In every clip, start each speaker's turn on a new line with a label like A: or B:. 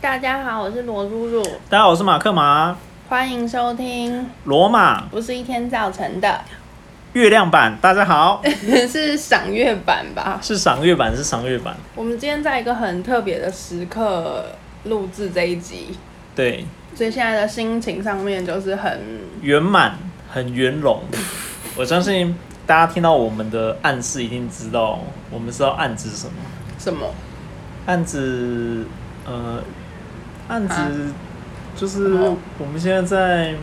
A: 大家好，我是罗露露，
B: 大家好，我是马克马。
A: 欢迎收听，
B: 罗马
A: 不是一天造成的，
B: 月亮版，大家好，
A: 是赏月版吧？
B: 是赏月版，是赏月版。
A: 我们今天在一个很特别的时刻录制这一集，
B: 对，
A: 所以现在的心情上面就是很
B: 圆满，很圆融。 我相信大家听到我们的暗示，一定知道我们是要暗指什么。
A: 什么？
B: 暗指，呃，暗
A: 啊
B: 指就是
A: 么
B: 我们现在在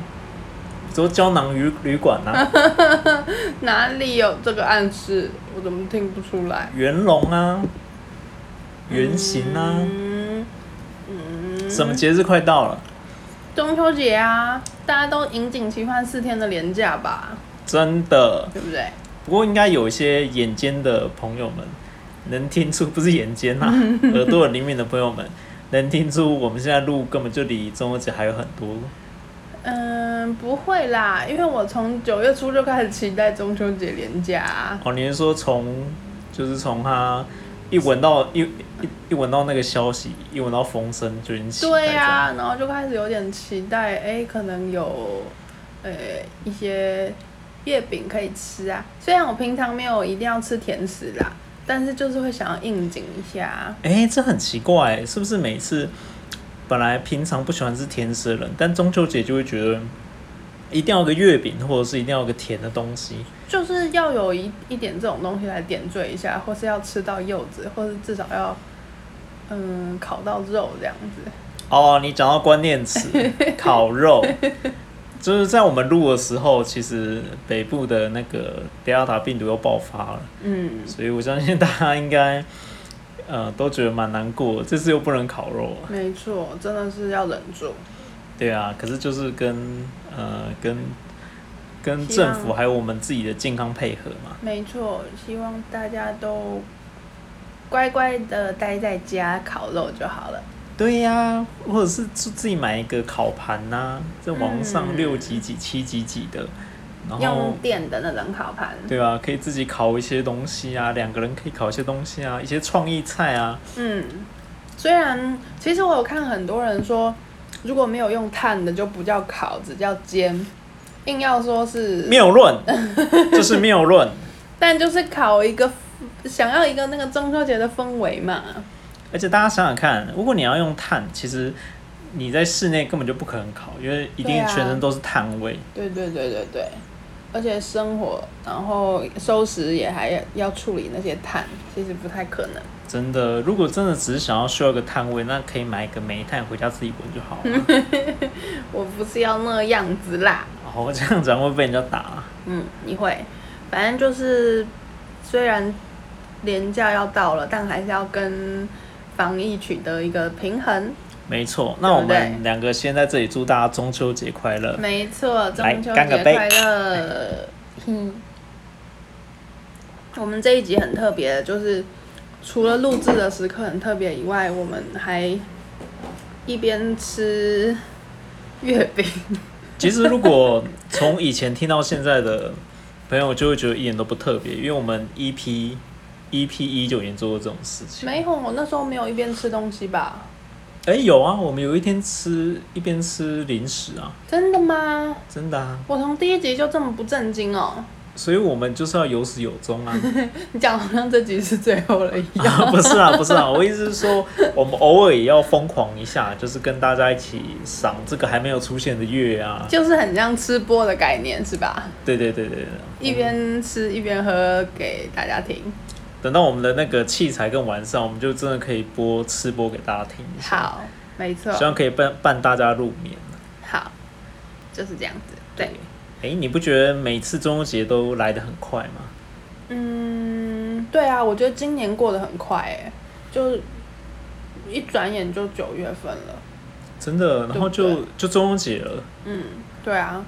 B: 走胶囊旅旅馆 啊，
A: 哪里有这个暗示？我怎么听不出来？
B: 圆融啊，圆形啊，
A: 嗯嗯，
B: 什么节日快到了？
A: 中秋节啊，大家都引颈期盼四天的连假吧，
B: 真的。
A: 对不对？
B: 不过应该有一些眼尖的朋友们能听出，不是眼尖呐、耳朵很灵敏的朋友们能听出，我们现在录根本就离中秋节还有很多。
A: 嗯，不会啦，因为我从九月初就开始期待中秋节连假啊、
B: 哦，你是说从就是从他一闻到一一一闻到那个消息，一闻到风声就已经期待
A: 对啊
B: 这样
A: 呀、然后就开始有点期待，哎，可能有，呃，一些月饼可以吃啊。虽然我平常没有一定要吃甜食啦，但是就是会想要应景一下啊。
B: 哎、这很奇怪、是不是每次本来平常不喜欢吃甜食的人，但中秋节就会觉得一定要有个月饼，或者是一定要有个甜的东西？
A: 就是要有一一点这种东西来点缀一下，或是要吃到柚子，或是至少要，嗯，烤到肉这样子。
B: 哦，你讲到关键词烤肉，就是在我们录的时候，其实北部的那个德尔塔病毒又爆发了，
A: 嗯，
B: 所以我相信大家应该呃都觉得蛮难过，这次又不能烤肉啊。
A: 没错，真的是要忍住。
B: 对啊，可是就是跟呃跟跟
A: 希望
B: 政府还有我们自己的健康配合嘛。
A: 没错，希望大家都乖乖的待在家烤肉就好了。
B: 对呀、或者是自自己买一个烤盘呐、在网上
A: 嗯
B: 六几几七几几的，然后
A: 用电的那种烤盘，
B: 对吧、可以自己烤一些东西啊，两个人可以烤一些东西啊，一些创意菜啊。
A: 嗯，虽然其实我有看很多人说，如果没有用炭的就不叫烤，只叫煎，硬要说是
B: 谬论，这是谬论。
A: 但就是烤一个，想要一个那个中秋节的氛围嘛。
B: 而且大家想想看，如果你要用炭，其实你在室内根本就不可能烤，因为一定
A: 对啊
B: 全身都是炭味。
A: 对啊对对对对，而且生火，然后收拾也还要要处理那些炭，其实不太可能。
B: 真的，如果真的只是想要需要一个炭味，那可以买一个煤炭回家自己闻就好了。
A: 我不是要那样子啦，
B: 哦，这样讲会被人家打、啊。
A: 嗯，你会，反正就是虽然年假要到了，但还是要跟防疫取得一个平衡。
B: 没错，那我
A: 对不对
B: 们两个先在这里祝大家中秋节快乐。
A: 没错，中
B: 嗯来
A: 秋
B: 干个
A: 节
B: 杯
A: 快乐！哼我们这一集很特别，就是除了录制的时刻很特别以外，我们还一边吃月 饼。
B: 其实，如果从以前听到现在的朋友，就会觉得一点都不特别，因为我们 E EP EP 一就已经做过这种事情。
A: 没有，我那时候没有一边吃东西吧？
B: 哎、有啊，我们有一天吃一边吃零食啊，
A: 真的吗？
B: 真的啊，
A: 我从第一集就这么不正经哦！
B: 所以我们就是要有始有终啊。
A: 你讲好像这集是最后了一样。
B: 啊不是啊，不是啊，我意思是说，我们偶尔也要疯狂一下，就是跟大家一起赏这个还没有出现的月啊。
A: 就是很像吃播的概念是吧？
B: 对对对对对，
A: 一边吃一边喝给大家听。
B: 等到我们的那个器材更完善，我们就真的可以播吃播给大家听一下。
A: 好，没错。
B: 希望可以伴伴大家入眠。
A: 好，就是这样子。对，
B: 哎、你不觉得每次中秋节都来得很快吗？
A: 嗯，对啊，我觉得今年过得很快哎、就是一转眼就九月份了。
B: 真的，然后
A: 对
B: 就
A: 不
B: 就中秋节了，
A: 嗯，对啊，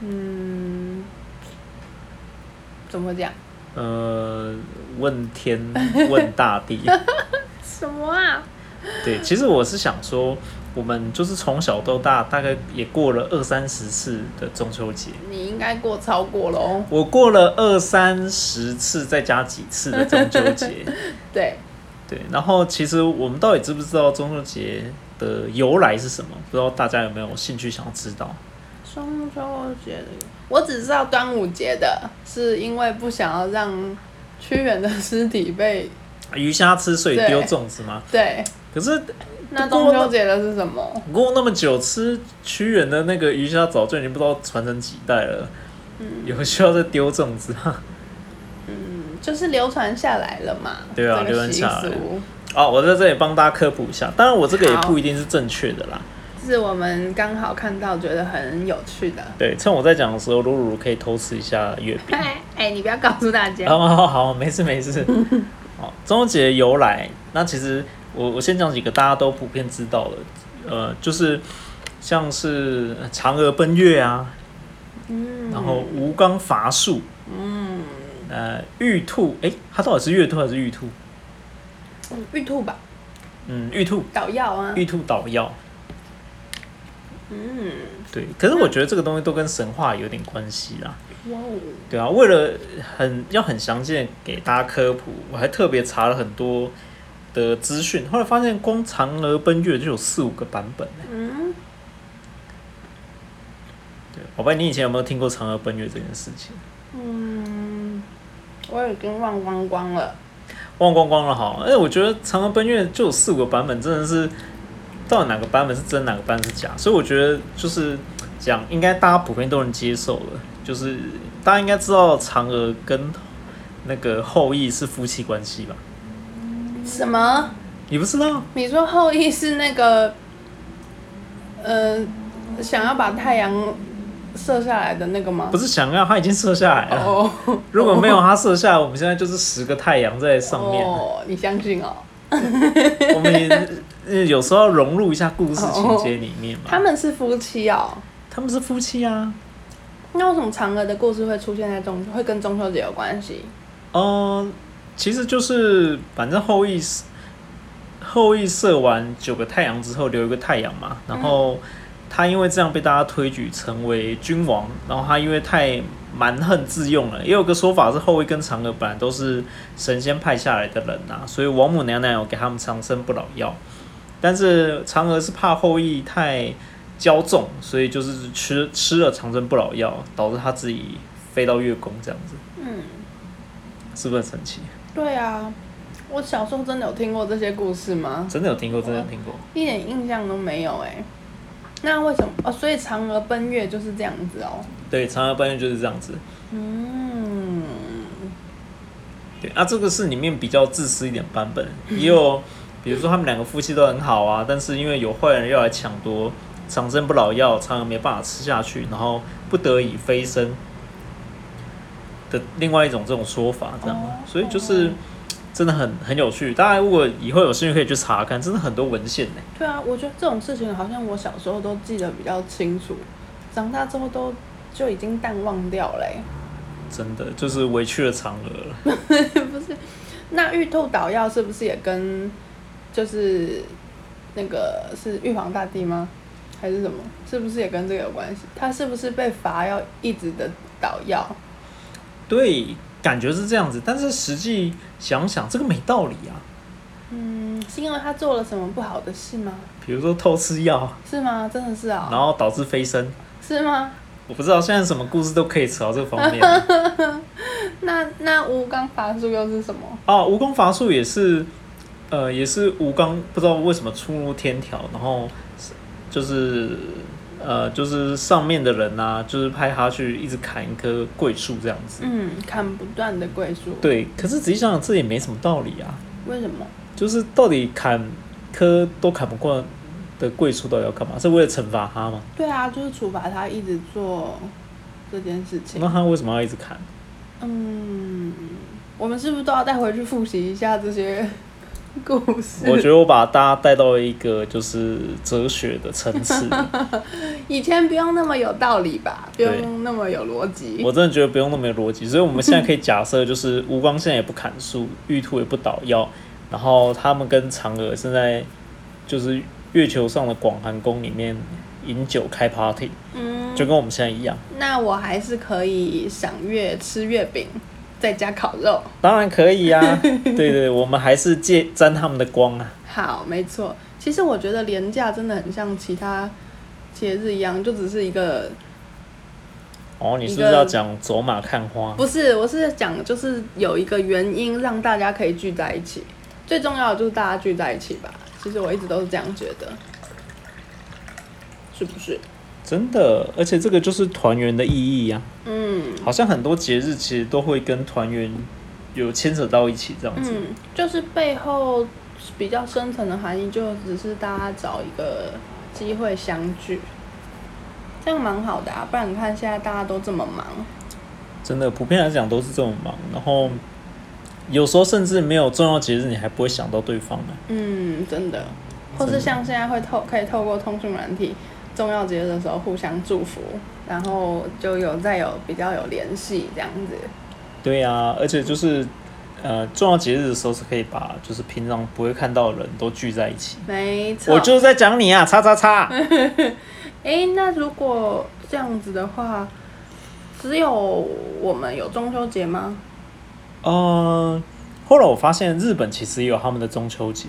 A: 嗯，怎么讲？
B: 呃，问 天问大地。
A: 什么啊？
B: 对，其实我是想说，我们就是从小到大，大概也过了二三十次的中秋节。
A: 你应该过超过了哦。
B: 我过了二三十次，再加几次 的中秋节。
A: 对，
B: 对，然后其实我们到底知不知道中秋节的由来是什么？不知道大家有没有兴趣想要知道？
A: 中秋节的，我只知道端午节的，是因为不想要让屈原的尸体被
B: 啊鱼虾吃水
A: 对
B: 丢粽子吗？
A: 对。
B: 可是
A: 那
B: 不
A: 中
B: 过
A: 秋节的是什么？
B: 过那么久，吃屈原的那个鱼虾早就已经不知道传承几代了，
A: 嗯
B: 有需要再丢粽子吗？
A: 就是流传下来了嘛。
B: 对啊
A: 这个
B: 流传下来
A: 习俗
B: 哦，我在这里帮大家科普一下，当然我这个也
A: 好
B: 不一定是正确的啦。
A: 是我们刚好看到，觉得很有趣的。
B: 对，趁我在讲的时候，露露可以偷吃一下月饼。
A: 哎、你不要告诉大家。
B: 哦好好好，没事没事。 好，中秋节的由来，那其实我我先讲几个大家都普遍知道的，呃，就是像是嫦娥奔月啊，
A: 嗯
B: 然后吴刚伐树，
A: 嗯，
B: 呃，玉兔，诶，它到底是月兔还是玉兔？
A: 玉兔吧，
B: 嗯，玉兔，
A: 捣药啊。
B: 玉兔捣药。
A: 嗯，
B: 对，可是我觉得这个东西都跟神话有点关系啦。
A: 哇哦，
B: 对啊，为了很要很详尽的给大家科普，我还特别查了很多的资讯，后来发现光嫦娥奔月就有四五个版本。
A: 嗯，
B: 对，宝贝，你以前有没有听过嫦娥奔月这件事情？
A: 嗯，我已经忘光光了。
B: 忘光光了哈。哎，我觉得嫦娥奔月就有四五个版本，真的是到底哪个版本是真，哪个版本是假？所以我觉得就是讲，应该大家普遍都能接受了，就是大家应该知道嫦娥跟那个后羿是夫妻关系吧？
A: 什么？
B: 你不知道？
A: 你说后羿是那个，呃，想要把太阳射下来的那个吗
B: 不？是想要，他已经射下来了。
A: 哦，
B: 如果没有它射下来，我们现在就是十个太阳在呃上面。啊
A: 哦，你相信哦？
B: 我们也呃有时候要融入一下故事情节里面嘛。
A: 他们是夫妻哦。
B: 他们是夫妻啊。
A: 那为什么嫦娥的故事会出现在中，会跟中秋节有关系？
B: 嗯，其实就是反正后羿后羿射完九个太阳之后留一个太阳嘛，然后他因为这样被大家推举成为君王，然后他因为太蛮横自用了，也有个说法是后羿跟嫦娥本来都是神仙派下来的人呐、所以王母娘娘有给他们长生不老药，但是嫦娥是怕后羿太骄纵，所以就是吃吃了长生不老药，导致他自己飞到月宫这样子。
A: 嗯，
B: 是不是很神奇？
A: 对啊，我小时候真的有听过这些故事吗？
B: 真的有听过，真的有听过。
A: 一点印象都没有哎、那为什么？哦，所以嫦娥奔月就是这样子哦。
B: 对，嫦娥奔月就是这样子。
A: 嗯，
B: 对啊，这个是里面比较自私一点版本，也有比如说他们两个夫妻都很好啊，但是因为有坏人要来抢夺长生不老药，嫦娥没办法吃下去，然后不得已飞升的另外一种这种说法，这样。
A: 哦
B: 所以就是真的很很有趣，大家如果以后有兴趣可以去查看，真的很多文献呢、
A: 对啊，我觉得这种事情好像我小时候都记得比较清楚，长大之后都就已经淡忘掉了欸、
B: 真的就是委屈了嫦娥了。
A: 不是，那玉兔捣药是不是也跟就是那个是玉皇大帝吗？还是什么？是不是也跟这个有关系？他是不是被罚要一直的捣药？
B: 对，感觉是这样子，但是实际想想这个没道理啊。
A: 嗯，是因为他做了什么不好的事吗？
B: 比如说偷吃药，
A: 是吗？真的是啊、
B: 然后导致飞升。
A: 是吗？
B: 我不知道现在什么故事都可以扯到这方面。
A: 那那吴刚伐树又是什么？
B: 哦，蜈蚣伐术也是，呃，也是吴刚不知道为什么出入天条，然后就是呃，就是上面的人呐、就是派他去一直砍一棵桂树这样子。
A: 嗯，砍不断的桂树。，
B: 对，可是仔细想想，这也没什么道理啊。
A: 为什么？
B: 就是到底砍棵都砍不过的桂树，到底要干嘛？是为了惩罚他吗？
A: 对啊，就是处罚他一直做这件事情
B: 那。他为什么要一直砍？
A: 嗯，我们是不是都要带回去复习一下这些 故事？
B: 我觉得我把大家带到一个就是哲学的层 次，
A: 以前不用那么有道理吧，不
B: 对
A: 用那么有逻辑。
B: 我真的觉得不用那么有逻辑，所以我们现在可以假设，就是吴光现在也不砍树，玉兔也不捣药，然后他们跟嫦娥现在就是月球上的广寒宫里面饮酒开 party，
A: 嗯，
B: 就跟我们现在一样，
A: 那我还是可以赏月、吃月饼，在家烤肉。
B: 当然可以啊，对对，我们还是借沾他们的光啊，
A: 好，没错。其实我觉得廉价真的很像其他节日一样，就只是一个
B: 哦，你是不
A: 一
B: 是
A: 个
B: 要讲走马看花？
A: 不是，我是讲就是有一个原因让大家可以聚在一起，最重要的就是大家聚在一起吧。其实我一直都是这样觉得，是不是？
B: 真的，而且这个就是团圆的意义呀、
A: 嗯
B: 好像很多节日其实都会跟团圆有牵扯到一起这样子。
A: 嗯，就是背后比较深层的含义，就只是大家找一个机会相聚，这样蛮好的啊。不然你看现在大家都这么忙，
B: 真的，普遍来讲都是这么忙，然后有时候甚至没有重要节日，你还不会想到对方啊呢。
A: 嗯，真的，或
B: 真
A: 是
B: 的
A: 像现在会透可以透过通讯软体，重要节日的时候互相祝福，然后就有再有比较有联系这样子。
B: 对呀、而且就是呃，重要节日的时候是可以把就是平常不会看到的人都聚在一起。
A: 没错，
B: 我就是在讲你啊，叉叉叉。
A: 诶，那如果这样子的话，只有我们有中秋节吗？
B: 呃，后来我发现日本其实也有他们的中秋节，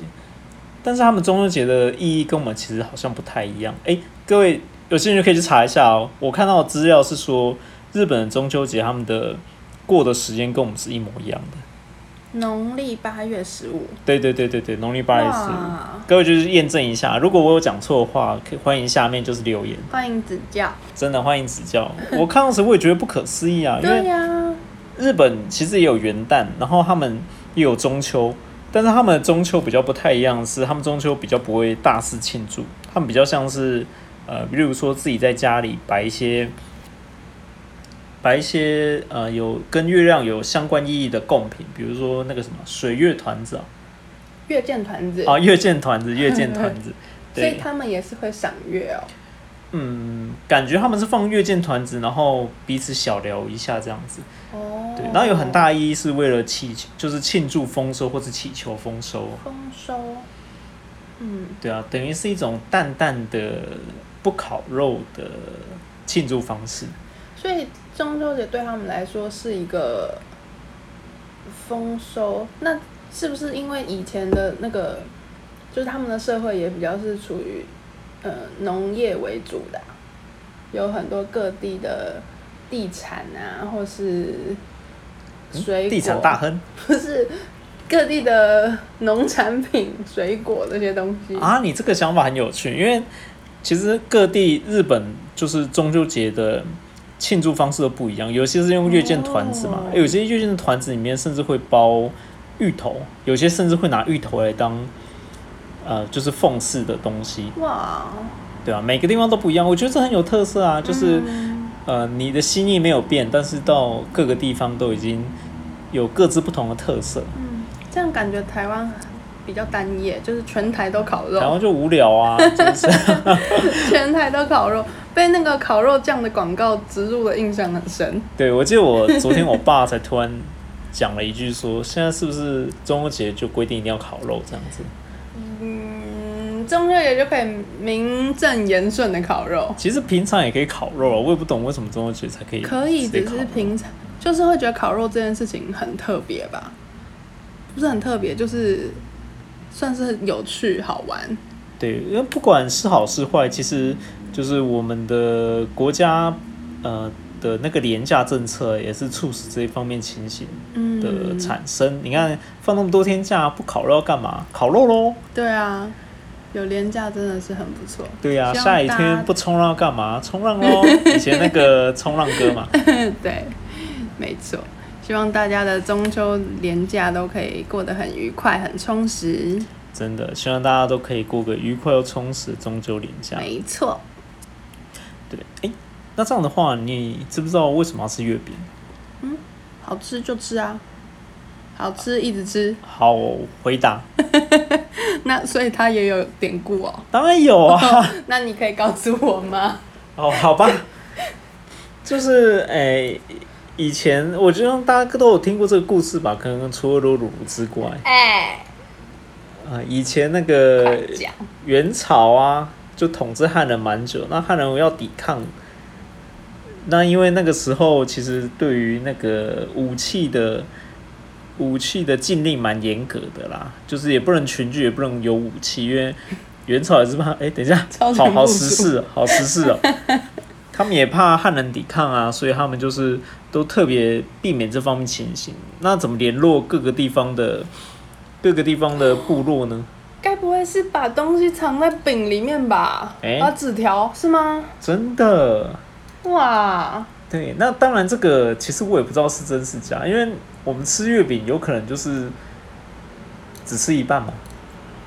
B: 但是他们中秋节的意义跟我们其实好像不太一样。诶，各位有兴趣可以去查一下哦。我看到的资料是说，日本的中秋节他们的过的时间跟我们是一模一样的。
A: 农历八月十五，
B: 对对对对对，农历八月十五。
A: 哇，
B: 各位就是验证一下，如果我有讲错的话，可以欢迎下面就是留言，
A: 欢迎指教。
B: 真的欢迎指教。我看到时我也觉得不可思议啊，因为
A: 对呀、
B: 日本其实也有元旦，然后他们也有中秋，但是他们的中秋比较不太一样，是他们中秋比较不会大肆庆祝，他们比较像是呃，例如说自己在家里摆一些摆一些呃有跟月亮有相关意义的贡品，比如说那个什么水月团子啊，
A: 月见团子，，
B: 啊月见团子，月见团子
A: 所以
B: 对，
A: 他们也是会赏月哦。
B: 嗯，感觉他们是放月见团子，然后彼此小聊一下这样子。
A: 哦，
B: 对，然后有很大意义是为了祈，就是庆祝丰收或是祈求丰收。
A: 丰收，嗯，
B: 对啊，等于是一种淡淡的不烤肉的庆祝方式。
A: 所以中秋节对他们来说是一个丰收。那是不是因为以前的那个，就是他们的社会也比较是处于呃农业为主的啊、有很多各地的地产啊，或是水果、
B: 地产大亨
A: 不 是各地的农产品、水果这些东西。
B: 啊，你这个想法很有趣，因为其实各地日本就是中秋节的庆祝方式都不一样，有些是用月见团子嘛哎
A: 哦，
B: 有些月见团子里面甚至会包芋头，有些甚至会拿芋头来当呃就是奉祀的东西。
A: 哇，
B: 对啊，每个地方都不一样，我觉得这很有特色啊。就是、
A: 嗯
B: 呃，你的心意没有变，但是到各个地方都已经有各自不同的特色，
A: 嗯，这样感觉台湾比较单一耶，就是全台都烤
B: 然后
A: 肉，
B: 就无聊啊，真的是。
A: 全台都烤肉，被那个烤肉酱的广告植入的印象很深。
B: 对，我记得我昨天我爸才突然讲了一句说，现在是不是中秋节就规定一定要烤肉这样子？
A: 嗯，中秋节就可以名正言顺的烤肉，
B: 其实平常也可以烤肉啊，我也不懂为什么中秋节才可以
A: 可以，
B: 直接
A: 只
B: 烤
A: 是平常就是会觉得烤肉这件事情很特别吧，不是很特别，就是算是有趣好玩。
B: 对，因为不管是好是坏，其实就是我们的国家呃的那个廉价政策也是促使这一方面情形
A: 嗯
B: 的产生。你看放那么多天假，不烤肉要干嘛？烤肉喽！
A: 对啊，有廉价真的是很不错。
B: 对呀、
A: 希望
B: 下雨
A: 大家
B: 天不冲浪要干嘛？冲浪喽！ 以前那个冲浪歌嘛，
A: 对，没错。希望大家的中秋连假都可以过得很愉快、很充实。
B: 真的希望大家都可以过个愉快又充实的中秋连假。
A: 没错，
B: 对，哎，那这样的话，你知不知道为什么要吃月饼？
A: 好吃就吃啊，好吃一直吃。
B: 好，我回答，
A: 那所以它也有典故哦。
B: 当然有啊。
A: 那你可以告诉我吗？
B: 哦，好吧，就是诶、以前我觉得大家都有听过这个故事吧，可能除了罗鲁之外，
A: 哎、
B: 啊、以前那个
A: 快讲。
B: 元朝啊，就统治汉人蛮久，那汉人要抵抗。那因为那个时候，其实对于那个武器的武器的禁令蛮严格的啦，就是也不能群聚，也不能有武器，因为元朝也是 怕，哎、等一下，
A: 超
B: 好
A: 前
B: 好
A: 部
B: 时
A: 署。
B: 事，好时事哦。他们也怕汉人抵抗啊，所以他们就是都特别避免这方面情形。那怎么联络各个地方的各个地方的部落呢？
A: 该不会是把东西藏在饼里面吧？
B: 哎
A: 把纸条是吗？
B: 真的，
A: 哇，
B: 对，那当然这个其实我也不知道是真是假，因为我们吃月饼有可能就是只吃一半嘛。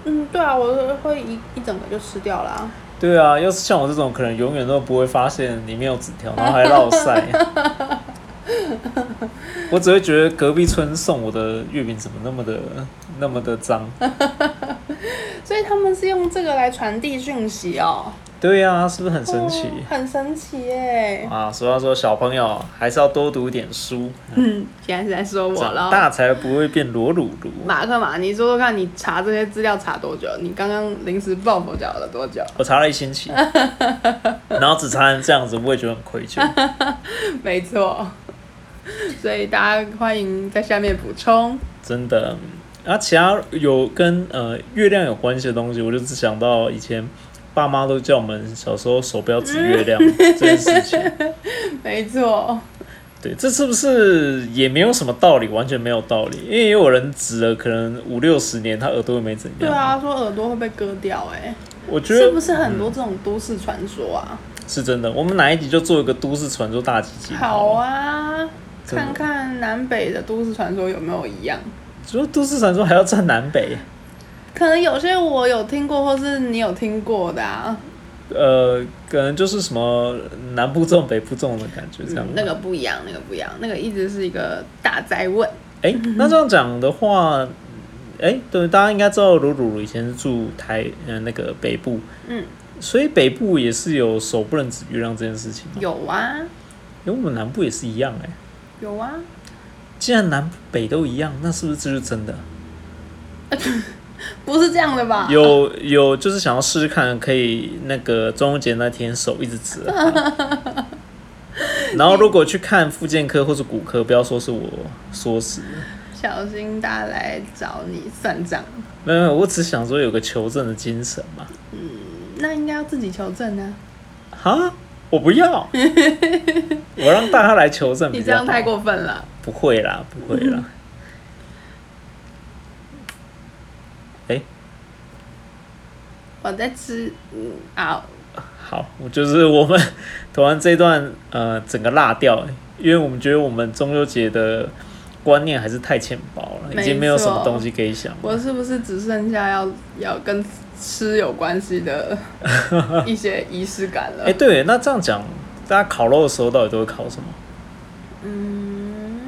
A: 嗯，对啊，我会一一整个就吃掉啦。
B: 对啊，要是像我这种，可能永远都不会发现里面有纸条，然后还落晒。我只会觉得隔壁村送我的月饼怎么那么的那么的脏。
A: 所以他们是用这个来传递讯息哦，
B: 对啊，是不是很神奇
A: 哦？很神奇耶。
B: 啊，所以要说小朋友还是要多读点书，
A: 嗯，现在是在说我
B: 长
A: 了。
B: 大才不会变罗鲁鲁。
A: 马克马，你说说看，你查这些资料查多久？你刚刚临时抱佛脚了多久？
B: 我查了一 星期，然后只查成这样子，我也觉得很愧疚。
A: 没错，所以大家欢迎在下面补充。
B: 真的。啊，其他有跟呃月亮有关系的东西，我就只想到以前爸妈都叫我们小时候手不要指月
A: 嗯
B: 亮这件事情。
A: 没错，
B: 对，这是不是也没有什么道理？完全没有道理，因为也有人指了可能五六十年，他耳朵也没怎样。
A: 对啊，，说耳朵会被割掉、哎，
B: 我觉
A: 是
B: 得
A: 不是很
B: 嗯
A: 多这种都市传说啊？
B: 是真的。我们哪一集就做一个都市传说大集结？
A: 好，啊，
B: 真的
A: 看看南北的都市传说有没有一样。
B: 就都市传说还要站南北。
A: 可能有些我有听过，或是你有听过的啊，
B: 呃，可能就是什么南部重北部重的感觉，这样、
A: 嗯那个不一样，那个不一样，那个一直是一个大灾问。
B: 哎、那这样讲的话，哎、对，大家应该知道鲁鲁鲁以前是住台呃那个北部，
A: 嗯，
B: 所以北部也是有手不能指月亮这件事情嘛。
A: 有啊，
B: 因为我们南部也是一样哎、
A: 有啊，
B: 既然南北都一样，那是不是这就是真的？
A: 不是这样的吧？
B: 有有，就是想要试试看，可以那个中秋节那天手一直指 着它然后如果去看复健科或是骨科，不要说是我说死的，
A: 小心大家来找你算账，
B: 没有，没有我只想说有个求证的精神嘛。
A: 那应该要自己求证啊。
B: 哈，我不 要，我让大家来求证
A: 你
B: 比
A: 这
B: 较好。
A: 样太过分了。
B: 不会啦，不会啦。哎、
A: 我在吃，嗯啊，
B: 好，我就是我们读完这段，呃，整个落掉、因为我们觉得我们中秋节的观念还是太浅薄了，已经没有什么东西可以想。
A: 我是不是只剩下要要跟吃有关系 的一些仪式感了？
B: 哎、对，那这样讲，大家烤肉的时候到底都会烤什么？
A: 嗯，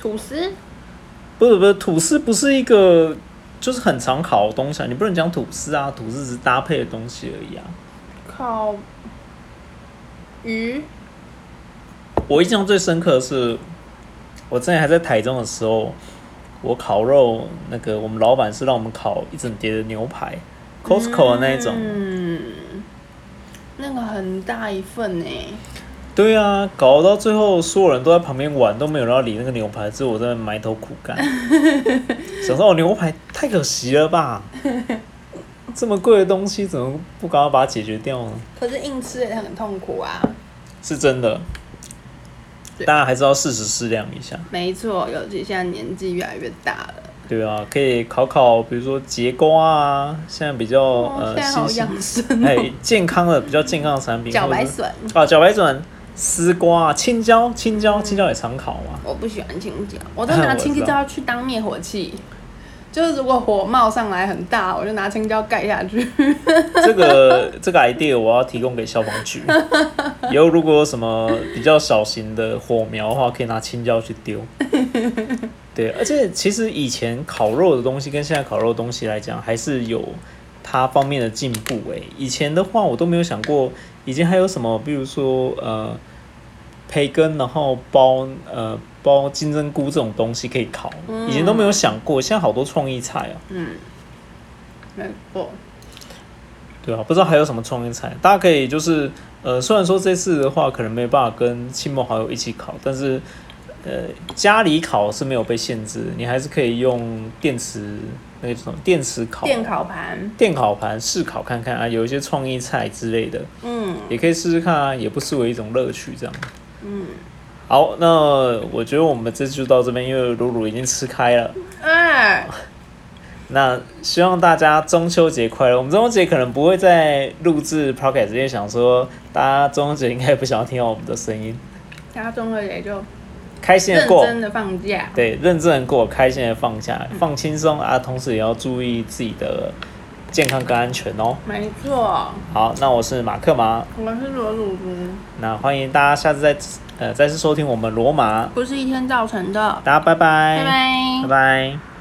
A: 吐司。
B: 不是不是，吐司不是一个就是很常烤的东西啊，你不能讲吐司啊，吐司只是搭配的东西而已啊。
A: 烤鱼，
B: 我印象最深刻的是，我之前还在台中的时候，我烤肉，那个我们老板是让我们烤一整碟的牛排，Costco 的那一种。
A: 嗯，那个很大一份呢、
B: 对啊，搞到最后所有人都在旁边玩，都没有人要理那个牛排，只有我在那埋头苦 干，想说我哦牛排太可惜了吧，这么贵的东西怎么不赶快把它解决掉呢？
A: 可是硬吃也很痛苦啊。
B: 是真的，
A: 对
B: 大家还是要适时适量一下。
A: 没错，尤其现在年纪越来越大了，
B: 对啊，可以考考，比如说节瓜啊，现在比较、
A: 哦现
B: 呃
A: 在
B: 新
A: 好
B: 兴，
A: 养生
B: 哎、
A: 哦。
B: 健康的比较健康 的产品，
A: 茭白
B: 或者是
A: 笋，
B: 啊，茭白笋、丝瓜、啊青椒、青椒、青椒也常啊烤嘛。
A: 我不喜欢青 椒，我都拿
B: 我知道
A: 青椒去当灭火器。就是如果火冒上来很大，我就拿青椒盖下去。
B: 这个 这个 idea 我要提供给消防局，以后如果有什么比较小型的火苗的话，可以拿青椒去丢。对，而且其实以前烤肉的东西跟现在烤肉的东西来讲，还是有它方面的进步诶、以前的话，我都没有想过，以前还有什么，比如说呃培根，然后包呃包金针菇这种东西可以烤，以前都没有想过，现在好多创意菜哦、
A: 嗯，没错，
B: 对啊，不知道还有什么创意菜，大家可以就是呃，虽然说这次的话可能没办法跟亲朋好友一起烤，但是呃，家里烤是没有被限制，你还是可以用电磁那个叫什么电磁烤
A: 电烤盘，
B: 电烤盘试烤看看啊，有一些创意菜之类的，
A: 嗯
B: 也可以试试看啊，也不失为一种乐趣这样。嗯，好，那我觉得我们这次就到这边，因为鲁鲁已经吃开了。
A: 哎，
B: 那希望大家中秋节快乐！我们中秋节可能不会再录制 p o c k e t 因为想说大家中秋节应该也不想要听到我们的声音，
A: 大家中秋节就
B: 开心的
A: 认
B: 过，
A: 真的放假，
B: 对，认真的过，开心的放下，放轻松啊，同时也要注意自己的健康跟安全哦。
A: 没错。
B: 好，那我是马克马，
A: 我是罗鲁鲁，
B: 那欢迎大家下次再呃再次收听我们罗马，
A: 不是一天造成的。
B: 大家拜拜，
A: 拜拜
B: 拜拜